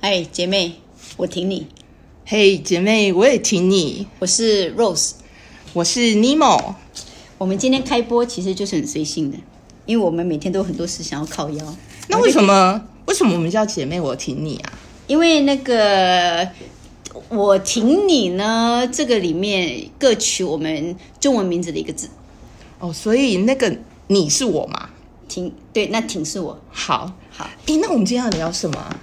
嗨，哎姐妹，我挺你，嘿姐妹，我也挺你，我是 Rose。我是 Nemo。我们今天开播其实就是很随性的，因为我们每天都有很多事想要靠腰。那为什么为什么我们叫姐妹我挺你啊？因为那个我挺你呢，这个里面各取我们中文名字的一个字，哦，所以那个你是我嘛？挺对，那挺是我。好，好，诶，那我们今天要聊什么啊？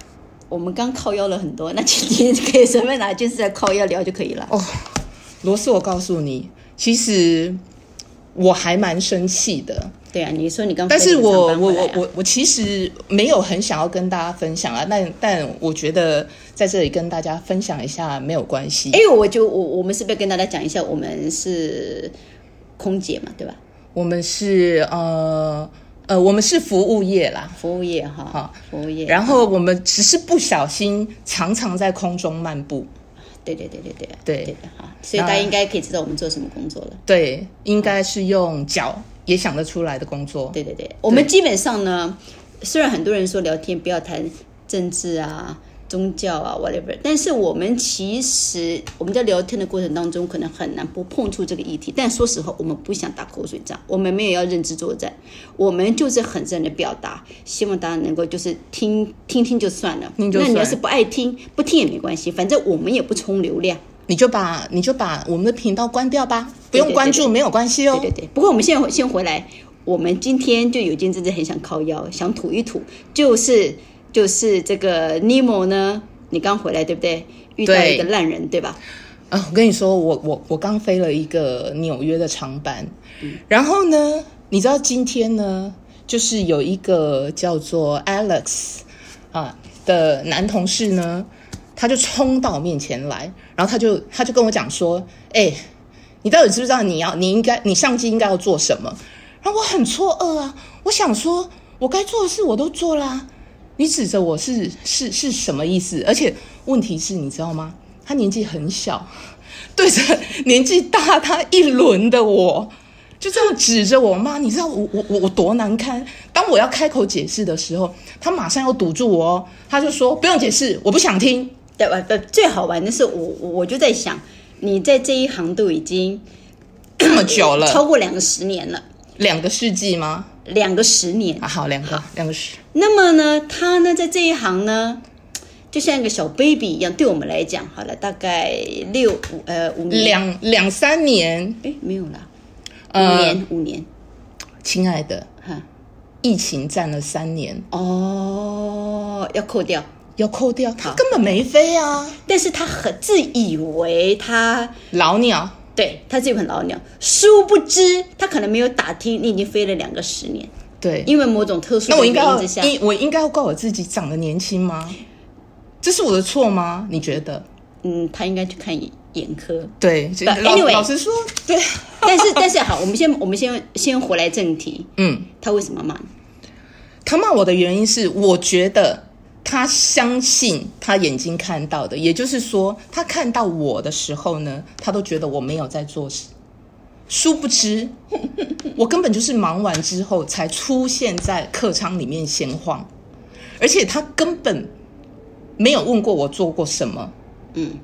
我们刚靠腰了很多，那今天可以随便拿一件事来靠腰聊就可以了。哦，罗斯，我告诉你，其实我还蛮生气的，对啊，你说你刚飞但机上是班我、回来啊，我我我我其实没有很想要跟大家分享啊，但但我觉得在这里跟大家分享一下没有关系。哎，我就我我们是不是跟大家讲一下，我们是空姐嘛，对吧？我们是呃呃，我们是服务业啦，服务业哈，好服务业，然后我们只是不小心常常在空中漫步。对对对对对对对的哈，所以大家应该可以知道我们做什么工作了。对，应该是用脚也想得出来的工作。对对对，我们基本上呢，虽然很多人说聊天不要谈政治啊、宗教啊 whatever，但是我们其实我们在聊天的过程当中，可能很难不碰触这个议题。但说实话，我们不想打口水仗，我们没有要认知作战，我们就是很真的表达，希望大家能够就是听听听就算了。听就那算你要是不爱听，不听也没关系，反正我们也不冲流量。你就把你就把我们的频道关掉吧，不对用对关对注没有关系哦。对对对，不过我们现在先回来，我们今天就有一件真的很想靠腰，想吐一吐，就是就是这个尼莫呢，你刚回来对不对？遇到对一个烂人对吧？啊，我跟你说，我我我刚飞了一个纽约的长班，然后呢，你知道今天呢，就是有一个叫做 Alex 啊的男同事呢，他就冲到我面前来，然后他就他就跟我讲说，哎、你到底知不知道你要你应该你上机应该要做什么？然后我很错愕啊，我想说我该做的事我都做啦、你指着我是是是什么意思？而且问题是你知道吗？他年纪很小，对着年纪大他一轮的我，就这样指着我骂，你知道我我我我多难堪。当我要开口解释的时候，他马上要堵住我哦，他就说不用解释，我不想听。 对吧？不，最好玩的是我我我就在想，你在这一行都已经这么久超了，过两个十年了，两个世纪吗？两个十年啊，，好，两个两个世。那么呢，他呢在这一行呢，就像一个小 baby 一样，对我们来讲，好了，大概六五呃五年，两两三年，哎没有啦，五呃，年五年，亲爱的，哈。疫情占了三年，哦，要扣掉。要扣掉，他根本没飞啊，但是他很自以为他老鸟。对他自己很老鸟，殊不知他可能没有打听，你已经飞了两个十年，对，因为某种特殊那我的应该原因要之下，应我应该要怪我自己长得年轻吗？这是我的错吗？你觉得？嗯，他应该去看眼科。对，就老 anyway 老实说，对，但是但是好，我们先我们先先回来正题，嗯，他为什么骂你？他骂我的原因是，我觉得他相信他眼睛看到的，也就是说，他看到我的时候呢，他都觉得我没有在做事。殊不知， 我根本就是忙完之后才出现在客舱里面闲晃，而且他根本没有问过我做过什么。嗯，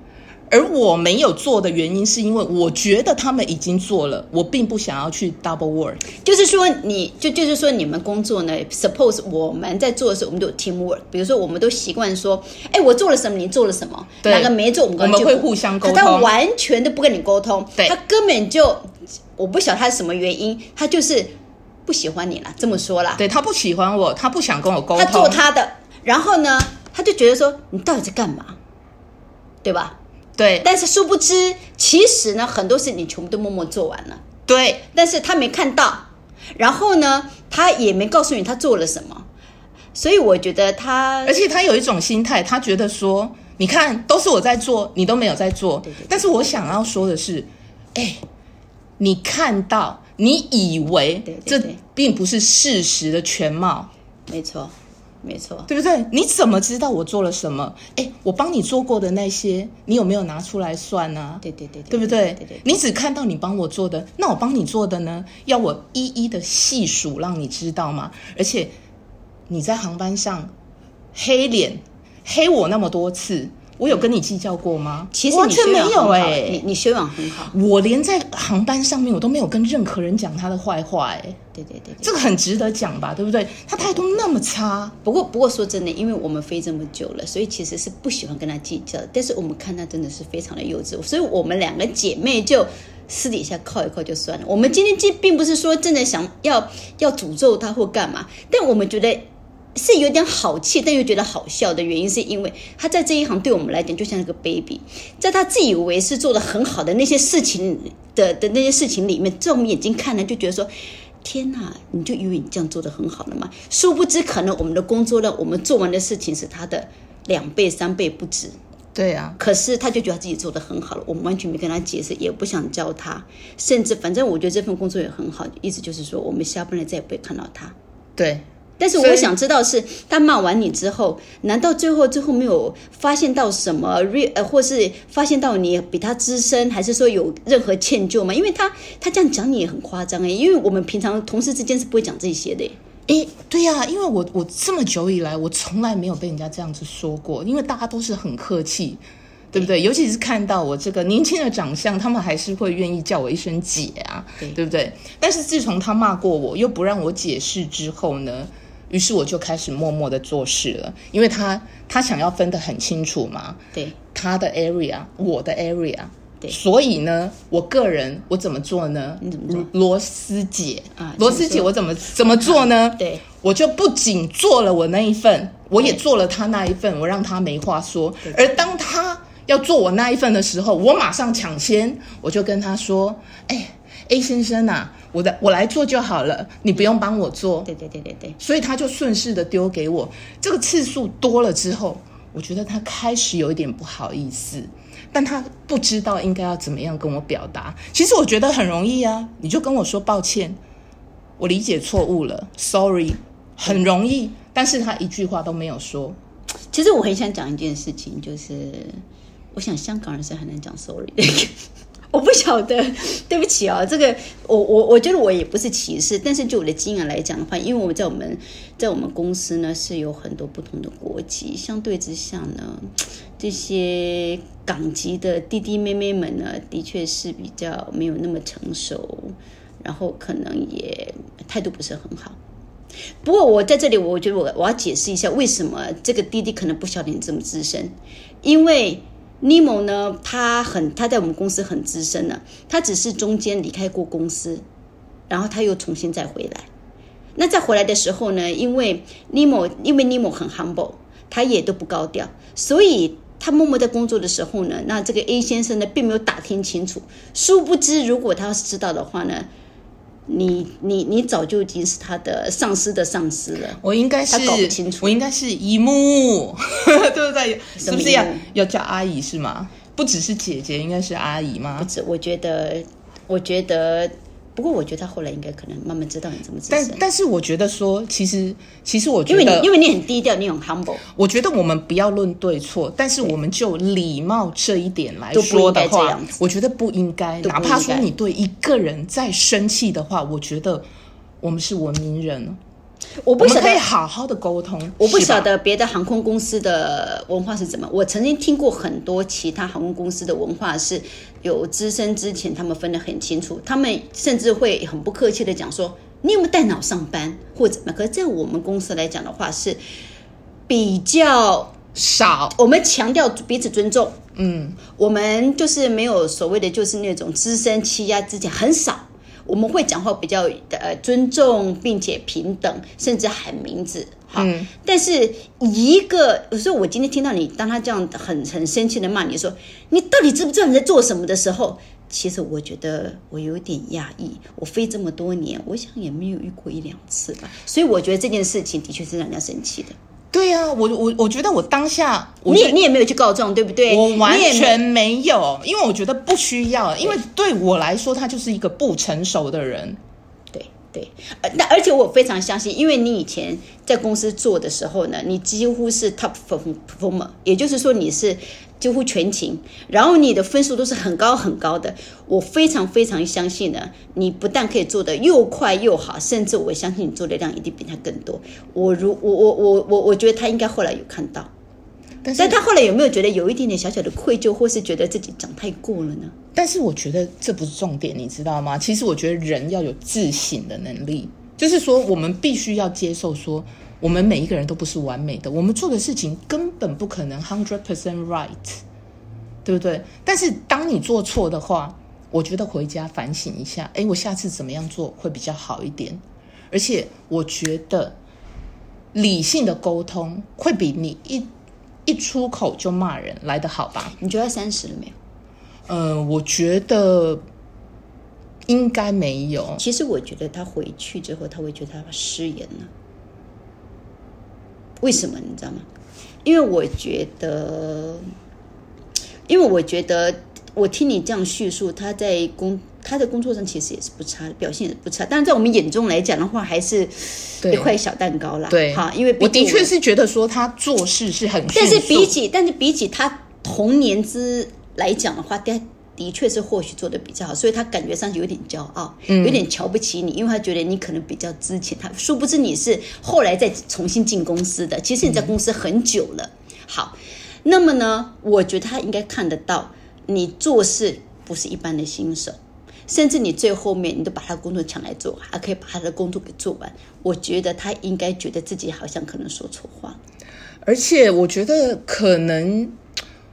而我没有做的原因，是因为我觉得他们已经做了，我并不想要去 double work。就是说你就就是说你们工作呢，suppose 我们在做的时候，我们都有 teamwork。比如说，我们都习惯说，哎，我做了什么，你做了什么，对哪个没做，我们我们赶快去会补互相沟通可他完全都不跟你沟通，对他根本就我不晓得他是什么原因，他就是不喜欢你了，这么说啦，对他不喜欢我，他不想跟我沟通，他做他的，然后呢，他就觉得说你到底在干嘛，对吧？对但是殊不知，其实呢，很多事你全部都默默做完了。对但是他没看到，然后呢，他也没告诉你他做了什么，所以我觉得他而且他有一种心态，他觉得说，你看都是我在做，你都没有在做。对对但是我想要说的是，哎、你看到，你以为对对这对并不是事实的全貌，没错，没错，对不对？你怎么知道我做了什么？哎、我帮你做过的那些，你有没有拿出来算啊？对对对对不对？对对，你只看到你帮我做的，那我帮你做的呢？要我一一的细数让你知道吗？而且你在航班上黑脸，黑我那么多次，我有跟你计较过嗯吗？其实完你全修没养很有好哎、你你修养很好，我连在航班上面我都没有跟任何人讲他的坏话、哎，对对对对。这个很值得讲吧，对不对？他态度那么差，不过不过说真的，因为我们飞这么久了，所以其实是不喜欢跟他计较的。但是我们看他真的是非常的幼稚，所以我们两个姐妹就私底下靠一靠就算了。我们今天既并不是说真的想要要诅咒他或干嘛，但我们觉得。是有点好气，但又觉得好笑的原因，是因为他在这一行对我们来讲就像一个 baby，在他自以为是做的很好的那些事情的的那些事情里面，在我们眼睛看来就觉得说，天哪，你就以为你这样做的很好了嘛？殊不知，可能我们的工作量，我们做完的事情是他的两倍、三倍不止。对啊，可是他就觉得他自己做的很好了，我们完全没跟他解释，也不想教他，甚至反正我觉得这份工作也很好，意思就是说我们下班了再也不会看到他。对，但是所以我想知道是，他骂完你之后，难道最后最后没有发现到什么 re 呃，或是发现到你比他资深，还是说有任何歉疚吗？因为他他这样讲你也很夸张哎、因为我们平常同事之间是不会讲这些的、欸。诶，对呀、因为我我这么久以来，我从来没有被人家这样子说过，因为大家都是很客气，对不对？尤其是看到我这个年轻的长相，他们还是会愿意叫我一声姐啊，对不对？但是自从他骂过我，又不让我解释之后呢，于是我就开始默默的做事了，因为他他想要分得很清楚嘛，对，他的 area，我的 area。对所以呢，我个人我怎么做呢？你怎么做罗丝姐啊罗丝请姐，说我怎么怎么做呢？对，我就不仅做了我那一份，我也做了他那一份，我让他没话说。而当他要做我那一份的时候，我马上抢先，我就跟他说：“哎，A 先生啊，我的我来做就好了，你不用帮我做。”对对对对对，所以他就顺势的丢给我。这个次数多了之后，我觉得他开始有一点不好意思，但他不知道应该要怎么样跟我表达。其实我觉得很容易啊，你就跟我说抱歉，我理解错误了，sorry，很容易。但是他一句话都没有说，其实我很想讲一件事情，就是我想香港人是很难讲 sorry 的。我不晓得，对不起啊、这个我我我觉得我也不是歧视，但是就我的经验来讲的话，因为我们在我们在我们公司呢是有很多不同的国籍，相对之下呢，这些港籍的弟弟妹妹们呢，的确是比较没有那么成熟，然后可能也态度不是很好。不过我在这里，我觉得我我要解释一下为什么这个弟弟可能不晓得你这么资深，因为 Nemo 呢，他很他在我们公司很资深了，他只是中间离开过公司，然后他又重新再回来。那再回来的时候呢，因为 Nemo 因为 Nemo 很 humble，他也都不高调，所以他默默在工作的时候呢，那这个 A 先生呢并没有打听清楚，殊不知如果他要是知道的话呢，你你你早就已经是他的上司的上司了。我应该是他搞不清楚我应该是姨母， 对不对？是不是要什么姨母要叫阿姨是吗？不只是姐姐，应该是阿姨吗不？止，我觉得，我觉得，不过我觉得他后来应该可能慢慢知道你这么资但深，但是我觉得说，其实其实我觉因得，为你因为你很低调，你很 humble，我觉得我们不要论对错，但是我们就礼貌这一点来都不说应该的这话样子，我觉得不应该。都不哪应该怕说你对一个人再生气的话，我觉得我们是文明人，我我不们晓得可以。好好的沟通。我不是吧晓，得别的航空公司的文化是怎么。我曾经听过很多其他航空公司的文化是有资深之前，他们分得很清楚，他们甚至会很不客气的讲说：“你有没有带脑上班或者怎么样？”可是在我们公司来讲的话，是比较少我们强调彼此尊重，嗯，我们就是没有所谓的就是那种资深欺压之前很少。我们会讲话比较呃尊重，并且平等，甚至喊名字哈。嗯但是一个，所以我今天听到你当他这样很很生气的骂你说你到底知不知道你在做什么的时候，其实我觉得我有点压抑。我飞这么多年，我想也没有遇过一两次吧。所以我觉得这件事情的确是让人家生气的。对呀、我我我觉得我当下，我你觉也你也没有去告状，对不对？我完你也没全没有，因为我觉得不需要，因为对我来说，他就是一个不成熟的人。对对，呃，那而且我非常相信，因为你以前在公司做的时候呢，你几乎是 top perform- performer，也就是说你是几乎全勤，然后你的分数都是很高很高的。我非常非常相信呢，你不但可以做得又快又好，甚至我相信你做的量一定比他更多。我如我我我我我觉得他应该后来有看到，但是但他后来有没有觉得有一点点小小的愧疚，或是觉得自己讲太过了呢？但是我觉得这不是重点，你知道吗？其实我觉得人要有自省的能力，就是说我们必须要接受说，我们每一个人都不是完美的，我们做的事情根本不可能 hundred percent right，对不对？但是当你做错的话，我觉得回家反省一下，诶，我下次怎么样做会比较好一点？而且我觉得理性的沟通会比你一一出口就骂人来得好吧？你觉得三十了没有？呃，我觉得应该没有。其实我觉得他回去之后，他会觉得他失言了。为什么你知道吗？因为我觉得，因为我觉得我听你这样叙述，他在工他在工作上其实也是不差的，表现也不差。但在我们眼中来讲的话，还是对一块小蛋糕啦。对，哈，因为毕我竟的确是觉得说他做事是很迅但速，是比起，但是比起他同年资来讲的话，他的确是或许做的比较好，所以他感觉上有点骄傲，有点瞧不起你，因为他觉得你可能比较之前，他殊不知你是后来再重新进公司的，其实你在公司很久了。好，那么呢，我觉得他应该看得到你做事不是一般的新手。甚至你最后面，你都把他的工作抢来做，还可以把他的工作给做完。我觉得他应该觉得自己好像可能说错话了而且我觉得可能。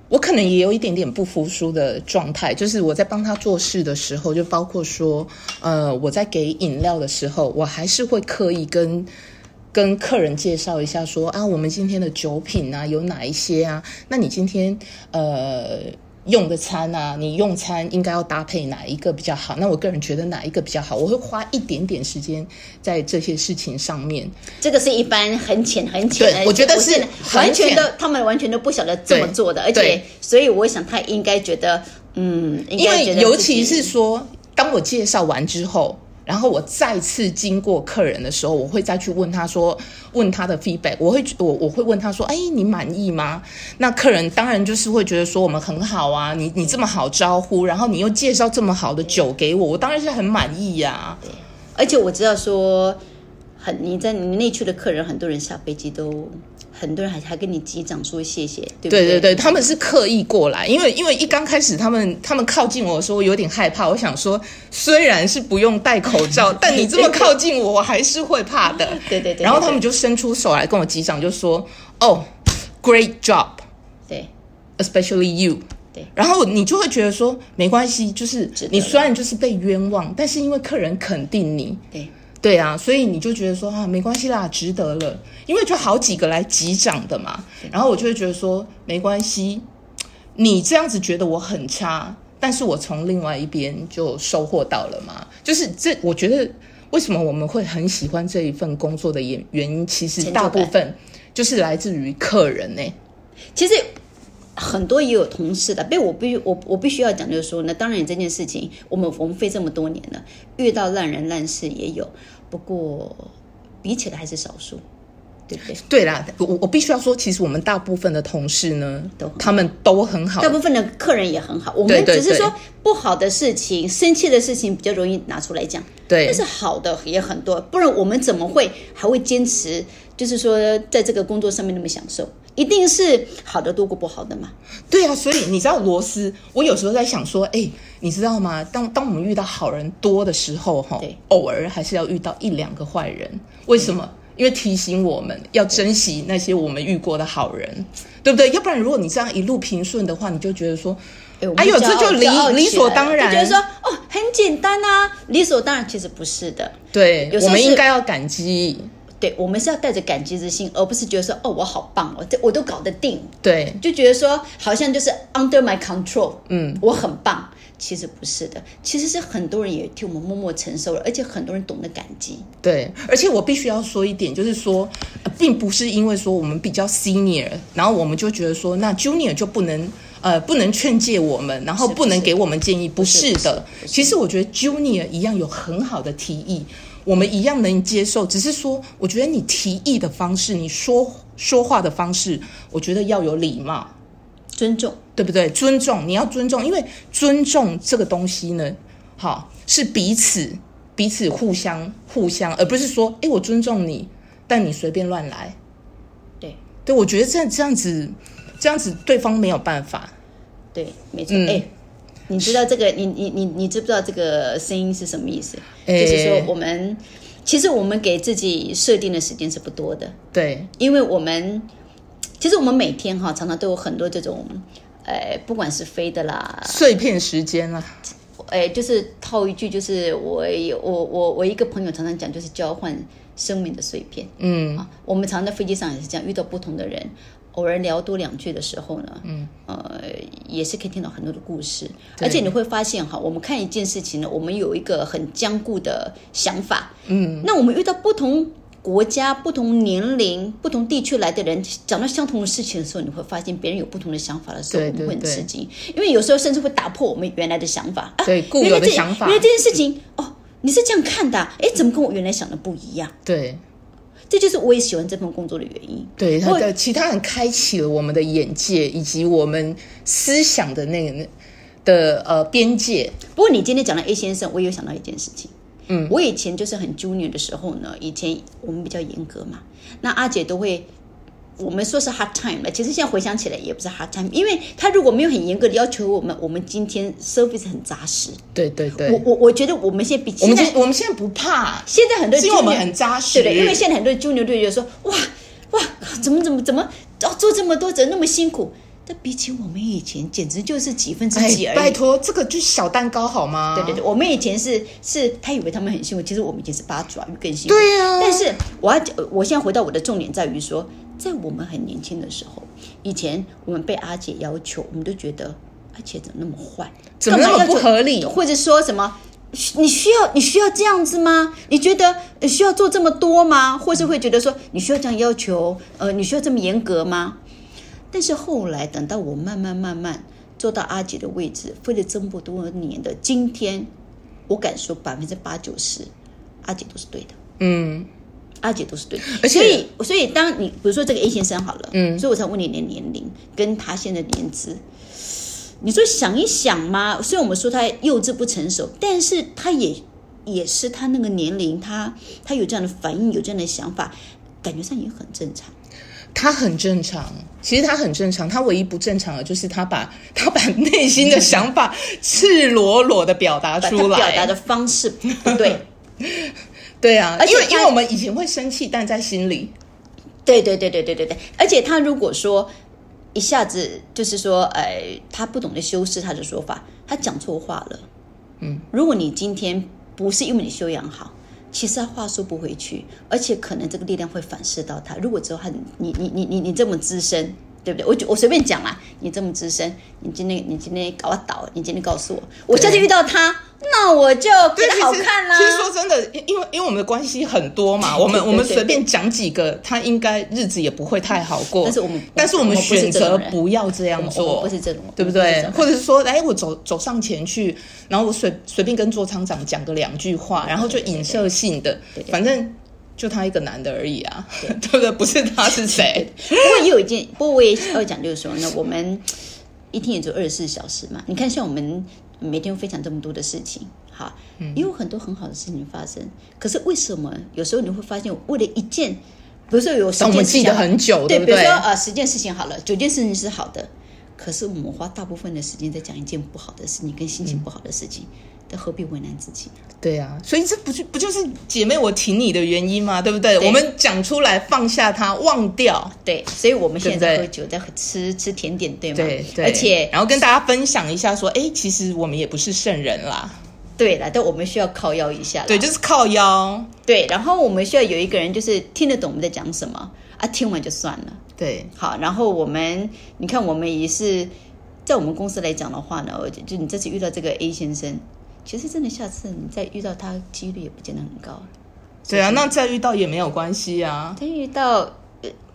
我可能也有一点点不服输的状态，就是我在帮他做事的时候，就包括说，呃，我在给饮料的时候，我还是会刻意跟跟客人介绍一下说啊，我们今天的酒品啊有哪一些啊？那你今天呃用的餐啊，你用餐应该要搭配哪一个比较好？那我个人觉得哪一个比较好，我会花一点点时间在这些事情上面。这个是一般很浅很浅对的，我觉得是现在很完全浅都他们完全都不晓得这么对做的，而且对所以我想他应该觉得，嗯，应因该为觉得尤自己其是说，当我介绍完之后，然后我再次经过客人的时候，我会再去问他说，问他的 feedback，我会我我会问他说，哎，你满意吗？那客人当然就是会觉得说我们很好啊，你你这么好招呼，然后你又介绍这么好的酒给我，我当然是很满意呀、而且我知道说，很你在你内区的客人，很多人下飞机都，很多人还还跟你击掌说谢谢，对不对对对对，他们是刻意过来，因为因为一刚开始他们他们靠近我的时候，我有点害怕。我想说，虽然是不用戴口 罩，但你这么靠近我，我还是会怕的。对对对对然后他们就伸出手来跟我击掌，就说：“哦、g r e a t job, 对 especially you。”对然后你就会觉得说没关系，就是值得你虽然就是被冤枉，但是因为客人肯定你，对对啊，所以你就觉得说啊，没关系啦，值得了，因为就好几个来击掌的嘛。然后我就会觉得说，没关系，你这样子觉得我很差，但是我从另外一边就收获到了嘛。就是这，我觉得为什么我们会很喜欢这一份工作的原原因，其实成就大感部分就是来自于客人呢、其实很多也有同事的，被我必须我我必须要讲，就是说呢，当然这件事情，我们我们飞这么多年了，遇到烂人烂事也有，不过比起来还是少数，对不对？对啦，我我必须要说，其实我们大部分的同事呢都很，他们都很好大，部分的客人也很好，我对们对只是说对不好的事情、生气的事情比较容易拿出来讲，对但是好的也很多，不然我们怎么会还会坚持？就是说，在这个工作上面那么享受，一定是好的多过不好的嘛。对啊，所以你知道罗斯，我有时候在想说，哎，你知道吗？当当我们遇到好人多的时候，哈对，偶尔还是要遇到一两个坏人。为什嗯么？因为提醒我们要珍惜那些我们遇过的好人，对不对？要不然，如果你这样一路平顺的话，你就觉得说，哎我们哎呦，骄这傲就理骄傲起理所来当然。就觉得说哦，很简单啊，理所当然，其实不是的。对有，时候我们是应该要感激。对我们是要带着感激之心，而不是觉得说哦，我好棒，我这我都搞得定，对，就觉得说好像就是 under my control，嗯，我很棒。其实不是的，其实是很多人也替我们默默承受了，而且很多人懂得感激。对，而且我必须要说一点，就是说，呃并不是因为说我们比较 senior，然后我们就觉得说，那 junior 就不能呃不能劝诫我们，然后不是不能给我们建议，不是不是的。其实我觉得 junior 一样有很好的提议，我们一样能接受，只是说，我觉得你提议的方式，你说说话的方式，我觉得要有礼貌。尊重，对不对？尊重，你要尊重，因为尊重这个东西呢，好是彼此彼此互相互相，而不是说，哎诶，我尊重你，但你随便乱来。对，对我觉得这样这样子，这样子对方没有办法。对，没错。嗯哎、你知道这个？你你你你知不知道这个声音是什么意思？哎就是说，我们其实我们给自己设定的时间是不多的，对，因为我们其实我们每天哈常常都有很多这种，呃，不管是飞的啦，碎片时间啊啦、哎，就是套一句，就是我有我我我一个朋友常常讲，就是交换生命的碎片。嗯，啊，我们常在飞机上也是这样，遇到不同的人，偶尔聊多两句的时候呢，嗯，呃，也是可以听到很多的故事，而且你会发现哈，我们看一件事情呢，我们有一个很坚固的想法，嗯，那我们遇到不同。国家不同年龄、不同地区来的人讲到相同的事情的时候，你会发现别人有不同的想法的时候，对我们会很对对吃惊，因为有时候甚至会打破我们原来的想法。啊 对固有原来的这想法原来这件事情哦，你是这样看的、啊，哎，怎么跟我原来想的不一样？对这就是我也喜欢这份工作的原因。对，他我的其他人开启了我们的眼界，以及我们思想的那个的呃边界。不过你今天讲到 A 先生，我也有想到一件事情。嗯，我以前就是很 junior 的时候呢，以前我们比较严格嘛，那阿姐都会，我们说是 hard time 了，其实现在回想起来也不是 hard time，因为她如果没有很严格的要求我们，我们今天 service 很扎实。对对对，我我我我觉得我们现在比现们在现我们现在不怕，现在很多是因为我 junior- 们很扎实对对，因为现在很多 junior 队员说，哇哇，怎么怎么怎么要做这么多，怎么那么辛苦？但比起我们以前，简直就是几分之几而哎拜已。托，这个就是小蛋糕好吗？对对对，我们以前是是，他以为他们很辛苦，其实我们以前是八爪鱼更辛苦。对啊但是我要讲，我现在回到我的重点在于说，在我们很年轻的时候，以前我们被阿姐要求，我们都觉得阿姐怎么那么坏，怎么那么干嘛要不合理求或者说什么？你需要你需要这样子吗？你觉得呃需要做这么多吗？或是会觉得说你需要这样要求？呃，你需要这么严格吗？但是后来等到我慢慢慢慢坐到阿姐的位置，飞了这么多年的今天，我敢说百分之八九十，阿姐都是对的。嗯，阿姐都是对的，而且所以所以当你比如说这个 A 先生好了，嗯，所以我才问你你的年龄跟他现在的年资，你说想一想嘛，虽然我们说他幼稚不成熟，但是他也也是他那个年龄，他他有这样的反应，有这样的想法，感觉上也很正常。他很正常，其实他很正常，他唯一不正常的就是他把他把内心的想法赤裸裸的表达把他出表达来。的方式不对，对啊，而且因为他因为我们以前会生气，但在心里，对对对对对对对，而且他如果说一下子就是说，呃，他不懂得修饰他的说法，他讲错话了。嗯，如果你今天不是因为你修养好，其实他话说不回去，而且可能这个力量会反噬到他。如果之后他你你你你你这么资深，对不对？我就我随便讲啦，你这么资深，你今天你今天搞我倒，你今天告诉我，我下次遇到他，那我就给对，他好看啦。其实。其实说真的，因因为因为我们的关系很多 嘛，我们对我们对随便讲几个，他应该日子也不会太好过。但是我们但是我们我们不是选这择种人不要这样我们做，我们哦不是这种对不我们不是对这？种或者是说，哎，我走走上前去，然后我随随便跟座舱长讲个两句话，然后就影射性的，反正就他一个男的而已啊， 对不对？不是他是谁？不过也有一件，不过我也要讲，就是说呢，我们一天也就二十四小时嘛。你看，像我们每天分享这么多的事情，好，也有很多很好的事情发生。可是为什么有时候你会发现，为了一件，比如说有十但我件们事情记得很久对对不比如对说呃十件事情好了，九件事情是好的，可是我们花大部分的时间在讲一件不好的事情跟心情不好的事情，那、何必为难自己呢？对啊，所以这不就不就是姐妹我挺你的原因吗？对不对？对我们讲出来，放下他，忘掉。对，所以我们现在在对喝不酒，在吃吃甜点，对吗？对，对而且然后跟大家分享一下，说，哎，其实我们也不是圣人啦，对了，但我们需要靠腰一下啦。对，就是靠腰，对，然后我们需要有一个人就是听得懂我们在讲什么啊，听完就算了。对，好，然后我们，你看，我们也是在我们公司来讲的话呢，我就就你这次遇到这个 A 先生，其实真的下次你再遇到他几率也不见得很高。对啊，那再遇到也没有关系啊，但遇到，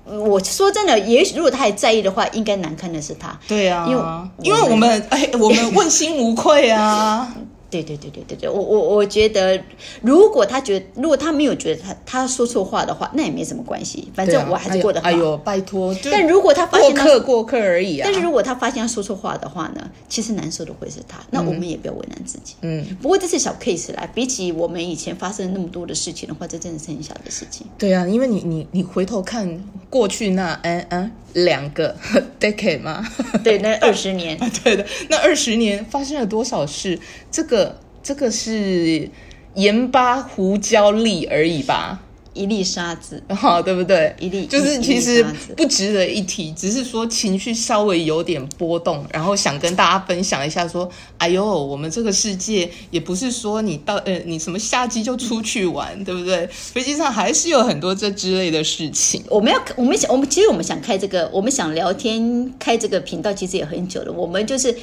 呃，我说真的，也许如果他还在意的话，应该难堪的是他。对啊，因为因为我们，哎，我们问心无愧啊，对对对对对对，我我我觉得，如果他觉得，如果他没有觉得他他说错话的话，那也没什么关系，反 对啊正我还是过得好。哎呦，哎呦拜托，就但如果他发过现他，客过客而已啊。但是如果他发现他说错话的话呢，其实难受的会是他，那我们也不要为难自己。嗯，不过这是小 case 啦，比起我们以前发生那么多的事情的话，这真的是很小的事 情。对啊，因为你你你回头看过去那嗯嗯两个 decade 嘛， 对，那二十年，对的，那二十年发生了多少事？这个这个是盐巴胡椒粒而已吧。一粒沙子，哈、 对不对？一粒就是一其粒实沙子不值得一提，只是说情绪稍微有点波动，然后想跟大家分享一下说，哎呦，我们这个世界也不是说你到呃你什么夏季就出去玩，对不对？飞机上还是有很多这之类的事情。我们要我们想我们其实我们想开这个，我们想聊天开这个频道，其实也很久了。我们就是，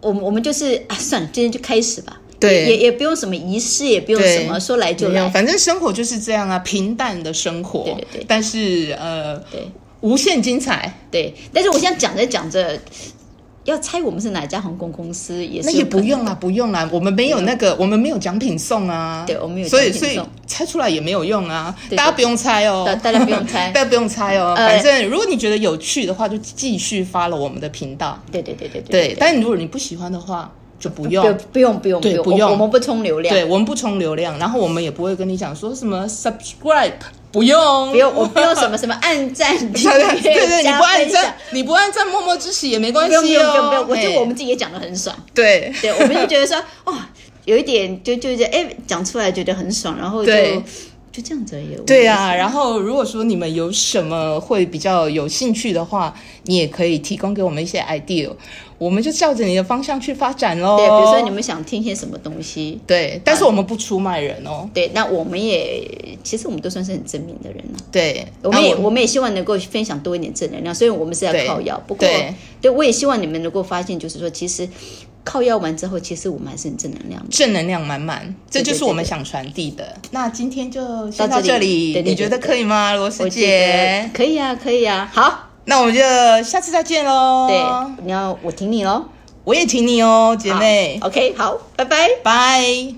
我们我们就是啊，算了，今天就开始吧。对也也也不用什么仪式，也不用对什么说来就没有来。反正生活就是这样啊，平淡的生活，对对对但是呃，对无限精彩。对，但是我现在讲着讲着，要猜我们是哪一家航空公司也是那也有可不能用啊啦，不用啦，我们没有那个，我们没有奖品送啊。对我们有所以奖所品以送猜出来也没有用啊，对大家不用猜哦，大大家不用猜 大家不用猜哦。呃反正如果你觉得有趣的话，就继续发了我们的频道。对对对对对，但如果你不喜欢的话，就不用。不不用不用对用，不用我我们不充流量，对，我们不充流量，然后我们也不会跟你讲说什么 subscribe，不用，不用我不用什么什么按 赞订对 对阅对对，你加不按分享赞，你不按赞默默支持也没关不系哦。用不用不用不用，我觉嘿得我们自己也讲的很爽。对对，我们就觉得说，哦，有一点就就觉得，哎，讲出来觉得很爽，然后就对就这样子而已。对啊，然后如果说你们有什么会比较有兴趣的话，你也可以提供给我们一些 idea，我们就照着你的方向去发展喽。我们也是，对，比如说你们嗯想听些什么东西，对，但是我们不出卖人哦。对，那我们也其实我们都算是很正面的人啊了、对，我们也那我们也希望能够分享多一点正能量，虽然我们是在对靠药，不过对对我也希望你们能够发现，就是说，其实靠药完之后，其实我们还是很正能量的。正能量满满，这对就是对我们想传递的。那今天就先到到这这里里，对对你觉对得对可以吗，罗我师觉得姐？可以啊，可以啊，好，那我们就下次再见喽。对，你要我挺你喽，哦我也挺你哦，姐妹好，，OK，好，拜拜。拜。